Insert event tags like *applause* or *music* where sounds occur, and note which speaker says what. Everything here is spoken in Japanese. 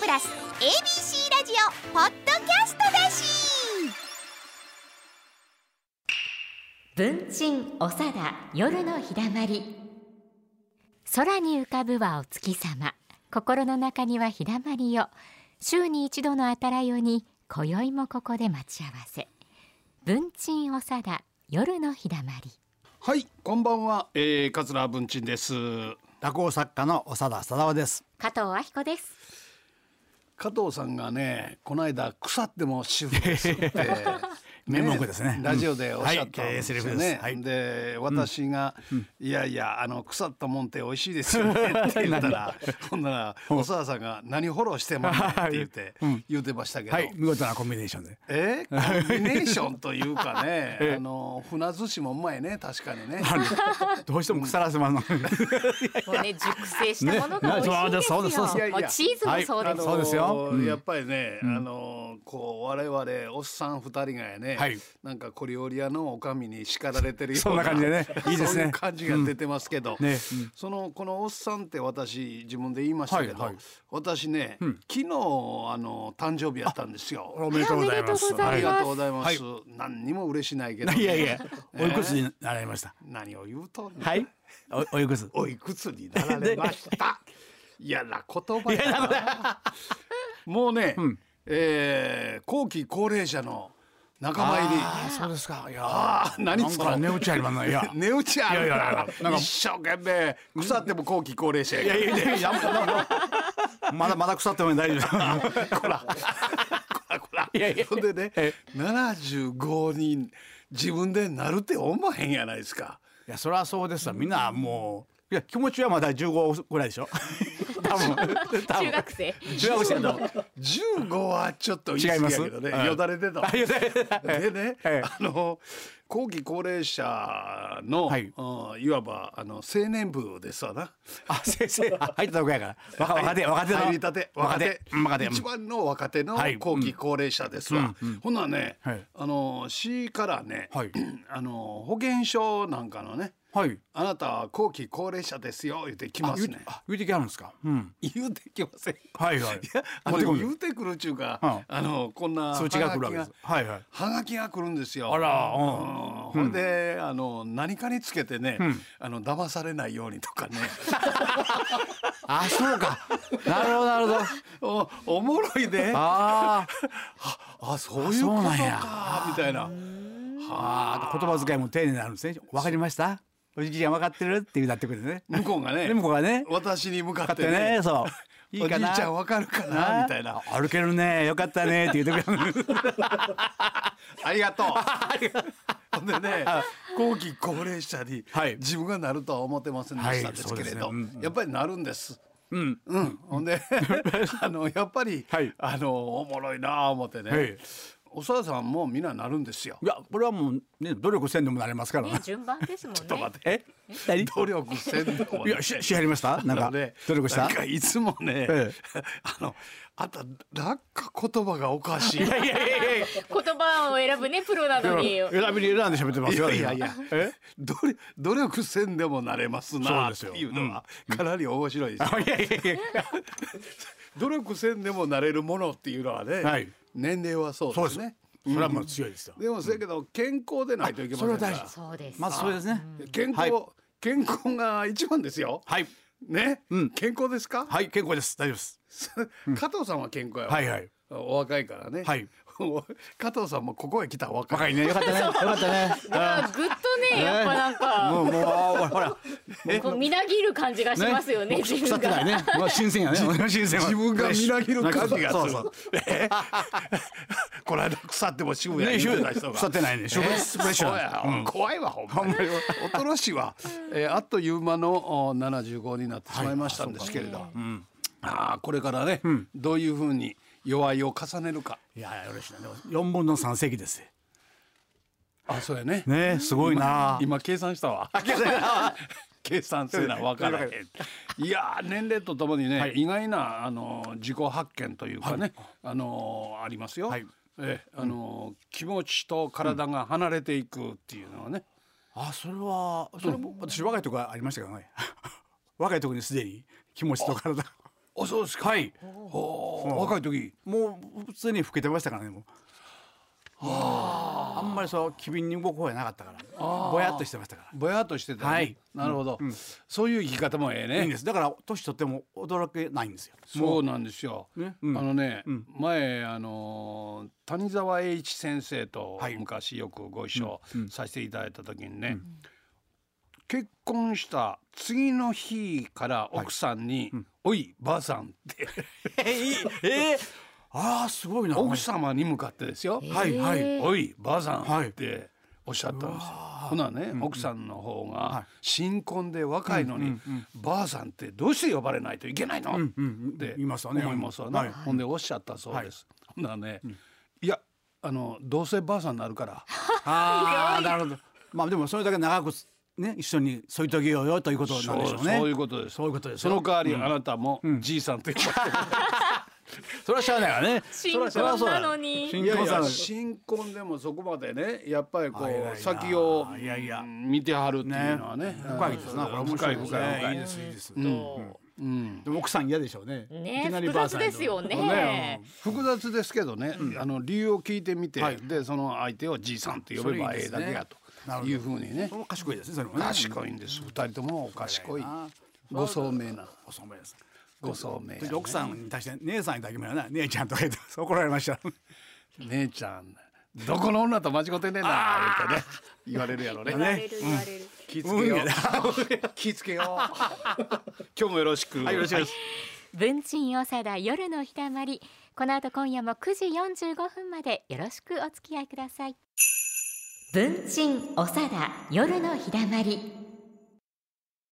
Speaker 1: プラス ABC ラジオポッドキャストだし
Speaker 2: 文鎮おさだ夜のひだまり空に浮かぶはお月様心の中にはひだまりよ週に一度のあたらよに今宵もここで待ち合わせ文鎮おさだ夜のひだまり
Speaker 3: はい、こんばんは、えー、桂文鎮です。
Speaker 4: 落語作家の長田貞夫です。
Speaker 2: 加藤亜彦です
Speaker 3: 加藤さんがね、この間腐っても主婦です *laughs* ってね
Speaker 4: 名目ですね
Speaker 3: ラジオでおっしゃったん
Speaker 4: うんはいえー
Speaker 3: で
Speaker 4: セ
Speaker 3: す
Speaker 4: リ
Speaker 3: よ
Speaker 4: フ
Speaker 3: ね。
Speaker 4: ですはい
Speaker 3: で、私が、いやいやあの腐ったもんって美味しいですよねって言った
Speaker 4: *laughs*
Speaker 3: ら、ほんならお沢さんが何フォローしてもらって言っ
Speaker 4: *laughs*
Speaker 3: て、言ってましたけど。
Speaker 4: はい、見事なコンビネーションで。
Speaker 3: えーコンビネーションというか
Speaker 4: *laughs*
Speaker 3: ね、あの船寿司もうまいね確かにね
Speaker 4: どうしても腐らせますの。
Speaker 2: もうね熟成したものが美味しいんですよ
Speaker 4: そうですそうですそう
Speaker 3: です
Speaker 2: もうチーズもそう
Speaker 3: あ
Speaker 2: です、
Speaker 3: のー
Speaker 4: そうですようん
Speaker 3: やっぱりね、あのーこう我々おっさん二人がやね、
Speaker 4: はい
Speaker 3: なんか小料理屋のおかみに叱られてるような
Speaker 4: そんな感じ
Speaker 3: *laughs*
Speaker 4: でねいいですね
Speaker 3: そうう感じが出てますけど、
Speaker 4: うんね
Speaker 3: そのこのおっさんって私自分で言いましたけど、
Speaker 4: はいはい
Speaker 3: 私ね、昨日あの誕生日やったんですよ。
Speaker 4: おめでとうございま
Speaker 2: お
Speaker 4: す。
Speaker 2: めでとうございます
Speaker 3: あ
Speaker 4: は
Speaker 3: り
Speaker 4: い
Speaker 3: がとうございます。
Speaker 4: は
Speaker 3: 何にも嬉しないけど、
Speaker 4: *laughs* いやいや、おいくつになられました。
Speaker 3: 何を言うとんねん
Speaker 4: はい、お、おいくつ。
Speaker 3: おいくつになられま
Speaker 4: *laughs*
Speaker 3: した。嫌な言葉やな。もうね、えー後期高齢者の仲間入り。
Speaker 4: あー、そうですか。いや
Speaker 3: あー
Speaker 4: ー、
Speaker 3: 何
Speaker 4: なん
Speaker 3: それ。
Speaker 4: か値打ちありますね。いや
Speaker 3: *laughs* 値打ちある
Speaker 4: いやいやいやなん
Speaker 3: な
Speaker 4: か
Speaker 3: 一生懸命腐っても後期高齢者やから
Speaker 4: い
Speaker 3: *laughs*
Speaker 4: やいやまだまだ腐っても大丈夫です。
Speaker 3: こらこらこら
Speaker 4: いやいや
Speaker 3: ほんでね
Speaker 4: え
Speaker 3: 75人自分でなるって思わへんやないですか
Speaker 4: いや、それはそうですわ。みんなもう、いや、気持ちはまだ15ぐらいでしょ。多分、多分
Speaker 2: 中。学生
Speaker 4: 中学生だと。
Speaker 3: 15はちょっと言い過ぎやけどね
Speaker 4: 違います
Speaker 3: よだれ出た
Speaker 4: あいやいやい
Speaker 3: で
Speaker 4: や
Speaker 3: ね、
Speaker 4: ええ
Speaker 3: あの後期高齢者の、
Speaker 4: はい
Speaker 3: いうん、いわばあの青年部ですわな
Speaker 4: あ、先生、あ入ったとこやから。若若手、若手の。
Speaker 3: 入りたて若手
Speaker 4: 若手。
Speaker 3: 一番の若手の
Speaker 4: はい
Speaker 3: 後期高齢者ですわ、ほんならね、
Speaker 4: はい
Speaker 3: あの市からね、
Speaker 4: はい
Speaker 3: あの保険証なんかのね
Speaker 4: はい。
Speaker 3: あなたは後期高齢者ですよ言ってきますね
Speaker 4: あ言うてきはるんですか。うん。
Speaker 3: 言うてきません
Speaker 4: はいはい。
Speaker 3: あ
Speaker 4: 持ってこ
Speaker 3: の
Speaker 4: んで
Speaker 3: 言うてくるっちゅうか、
Speaker 4: うん
Speaker 3: あのこんな
Speaker 4: 通知が来るわけで
Speaker 3: は
Speaker 4: す
Speaker 3: が。
Speaker 4: はいはい。
Speaker 3: はがきが来るんですよ。
Speaker 4: あらうん
Speaker 3: うんほんで、あの何かにつけてね、あの騙されないようにとかね。 *laughs*
Speaker 4: あ、そう *laughs* か。なるほどなるほど。
Speaker 3: おおもろいで、あ
Speaker 4: あ
Speaker 3: あそういうこ
Speaker 4: あそう
Speaker 3: と
Speaker 4: なん
Speaker 3: か
Speaker 4: や
Speaker 3: みたいな。はあ、
Speaker 4: あ、言葉遣いも丁寧になるんですね。わかりました。おじきちゃんわかってるっていうなってくるね。
Speaker 3: 向こうがね、
Speaker 4: でもこれはね、
Speaker 3: 私に向か
Speaker 4: か
Speaker 3: っ
Speaker 4: ってて
Speaker 3: ね
Speaker 4: ね、。そう。いい
Speaker 3: お
Speaker 4: *laughs*
Speaker 3: じ
Speaker 4: か
Speaker 3: い
Speaker 4: な。
Speaker 3: ちゃんわかるかなみたいな。
Speaker 4: あ歩けるね、よかったねって言うてくれ *laughs* る。
Speaker 3: ありが
Speaker 4: *laughs*
Speaker 3: とう。ほんでね、後期高齢者に
Speaker 4: はい
Speaker 3: 自分がなるとは思ってませんでした
Speaker 4: はい
Speaker 3: ですけれ
Speaker 4: そ
Speaker 3: ど
Speaker 4: うですねう、
Speaker 3: やっぱりなるんです。
Speaker 4: うん。
Speaker 3: うん、ほんで
Speaker 4: *laughs*
Speaker 3: あのやっぱり、
Speaker 4: はい
Speaker 3: あのおもろいなあ思ってね、
Speaker 4: はい
Speaker 3: おさらさんもみんななるんですよ
Speaker 4: い。や、これはもうね、努力せんでもなれますから
Speaker 2: ね
Speaker 4: ね。
Speaker 2: 順番です
Speaker 4: *laughs*
Speaker 2: もんね
Speaker 3: ちょっと待って
Speaker 4: え、何？
Speaker 3: 努力せんと
Speaker 4: いや、し、しはりました。なんか
Speaker 3: ね、
Speaker 4: 努力した
Speaker 3: なん。かいつもね、
Speaker 4: え
Speaker 3: あのあんたなんか言葉がおかしい。い
Speaker 4: いやいやいやいや。
Speaker 2: 言葉を選ぶねプロなのに
Speaker 4: 選びに選んで喋ってますよ。
Speaker 3: やいやいや
Speaker 4: 今え、
Speaker 3: 努力努力せんでもなれます
Speaker 4: そう
Speaker 3: な
Speaker 4: です
Speaker 3: と
Speaker 4: よ
Speaker 3: いうのはかなり面白いですよ、
Speaker 4: あいやいやいや。
Speaker 3: 努力せんでもなれるものっていうのはね、
Speaker 4: はい
Speaker 3: 年齢はそう
Speaker 4: そ
Speaker 3: で
Speaker 4: うですすね
Speaker 3: ね。。
Speaker 4: それはもう強いですよ。
Speaker 3: でもせやけど健康でないといけませんから。
Speaker 4: それは大事
Speaker 2: そうです
Speaker 4: まずそれですね。
Speaker 3: 健康、
Speaker 4: はい
Speaker 3: 健康が一番ですよ。
Speaker 4: はい。
Speaker 3: ね、
Speaker 4: うん
Speaker 3: 健康ですか。
Speaker 4: はい、健康です。大丈夫です。
Speaker 3: *laughs* 加藤さんは健康やわ。
Speaker 4: はいはい。
Speaker 3: お若いからね。
Speaker 4: はい。
Speaker 3: *laughs* 加藤さんもここへ来たら若い。
Speaker 4: 若いね。よかったね。よかったね。
Speaker 2: あぐっとねやっぱなん
Speaker 4: あ
Speaker 2: か
Speaker 4: もう、もう、ほら、ほら。
Speaker 2: こうみなぎる感じがしますよね
Speaker 4: もう
Speaker 2: 自
Speaker 4: 腐
Speaker 2: 分
Speaker 4: って
Speaker 2: が
Speaker 4: ないね。もう新鮮やね。新鮮。
Speaker 3: 自分がみなぎる感じがする。
Speaker 4: そ
Speaker 3: *laughs*
Speaker 4: うそう。
Speaker 3: ねこの間腐っても渋
Speaker 4: ね、
Speaker 3: 谷に
Speaker 4: 腐
Speaker 3: 言うてた人が。
Speaker 4: 腐ってないね。植
Speaker 3: え
Speaker 4: 物プレッシャ
Speaker 3: そうや
Speaker 4: ー。うん
Speaker 3: 怖いわほんまに恐ろしいわ、えーあっという間のお75になってしまいましたんですけれど、ああこれからね、どういうふうに弱いを重ねるか
Speaker 4: いや、よろしいな。でも四分の三世紀ですよ。
Speaker 3: あそうやね
Speaker 4: ね、すごいな。
Speaker 3: 今 *laughs* 計算したわ計算せな分からへんいやー年齢とともにね、意外なあのー自己発見というかね、あのーありますよ、
Speaker 4: はい
Speaker 3: ええあのー気持ちと体が離れていくっていうのはね、
Speaker 4: あ、それは、それも、私若いとこありましたけ *laughs* どね。若いとこにすでに気持ちと体が。
Speaker 3: あそうですかはいあ若い時
Speaker 4: もう普通に老けてましたからねもうあんまりそう機敏に動く方じゃなかったからぼやっとしてましたから
Speaker 3: ぼやっとしてた、ね
Speaker 4: はい
Speaker 3: なるほど、そういう生き方もええね
Speaker 4: いいんですだから年取っても驚けないんですよ
Speaker 3: そうなんですよ。
Speaker 4: ねうん
Speaker 3: あのね、
Speaker 4: うん
Speaker 3: 前あのー谷沢栄一先生と
Speaker 4: はい
Speaker 3: 昔よくご一緒
Speaker 4: うんうん
Speaker 3: させていただいた時にね、結婚した次の日から奥さんに「おいばあさん」って
Speaker 4: えいいえー、 *laughs* ああすごいな
Speaker 3: 奥様に向かってですよ
Speaker 2: え
Speaker 4: んはいはい
Speaker 3: 「おいばあさん」
Speaker 4: はい
Speaker 3: っておっしゃったんですよ。
Speaker 4: うわー
Speaker 3: ほなね、
Speaker 4: うん
Speaker 3: 奥さんの方
Speaker 4: は
Speaker 3: が
Speaker 4: い
Speaker 3: 新婚で若いのに、
Speaker 4: うんうん
Speaker 3: ばあさんってどうして呼ばれないといけないの、
Speaker 4: うんうん
Speaker 3: って
Speaker 4: いますわね
Speaker 3: 思いますわね、
Speaker 4: はい
Speaker 3: ほんでおっしゃったそうです、ほんならね、いやあのどうせばあさんになるから
Speaker 4: ああなるほどまあでもそれだけ長くね一緒に添い遂げようよということなんでしょうね
Speaker 3: そういうことです
Speaker 4: そういうことです
Speaker 3: そ
Speaker 4: よ
Speaker 3: の代わりあなたも
Speaker 4: ん
Speaker 3: じいさんって呼ばれて、
Speaker 4: それはしゃあないわね
Speaker 2: 新婚
Speaker 4: それはそうだ
Speaker 2: なのに
Speaker 4: 新
Speaker 3: いや
Speaker 4: 婚
Speaker 3: い
Speaker 4: さん
Speaker 3: や新婚でもそこまでねやっぱりこ
Speaker 4: あ偉いな
Speaker 3: う先を
Speaker 4: いやいや
Speaker 3: 見てはるっていうのはね
Speaker 4: ね深いですなこれ面白
Speaker 3: 深
Speaker 4: いで
Speaker 3: い
Speaker 4: す
Speaker 3: 深い
Speaker 4: ね
Speaker 3: 深い
Speaker 4: いいですいいです
Speaker 3: うん
Speaker 4: でも奥さん嫌でしょうねい
Speaker 2: ね
Speaker 4: きなり
Speaker 2: 複
Speaker 4: ばあ
Speaker 2: 雑
Speaker 4: さんや
Speaker 2: で
Speaker 4: と
Speaker 2: すよね
Speaker 3: 複雑ですけどね、あの理由を聞いてみて、
Speaker 4: はい
Speaker 3: でその相手をじいさんって呼べばええだけや
Speaker 4: なる
Speaker 3: と
Speaker 4: ほど
Speaker 3: いうふうにね
Speaker 4: それも賢いですねそれもね
Speaker 3: 賢いんです、二人とも賢い
Speaker 4: な
Speaker 3: ご聡明な
Speaker 4: おそうめんです
Speaker 3: ご聡明なね、
Speaker 4: 時々奥さんに対して姉さんにだけもやな姉ちゃんとか言ってます怒られました
Speaker 3: 姉ちゃんどこの女と間違ってねえな言うてね言われるやろね
Speaker 4: ね
Speaker 2: る言われる、
Speaker 3: 気ぃつ
Speaker 4: うん
Speaker 3: けよ
Speaker 4: やな *laughs*
Speaker 3: う気ぃつけよう *laughs* 今日もよろしく
Speaker 4: はいよろしくです
Speaker 2: 文鎮長田夜のひだまりこの後今夜も9時45分までよろしくお付き合いください文鎮長田夜のひだまり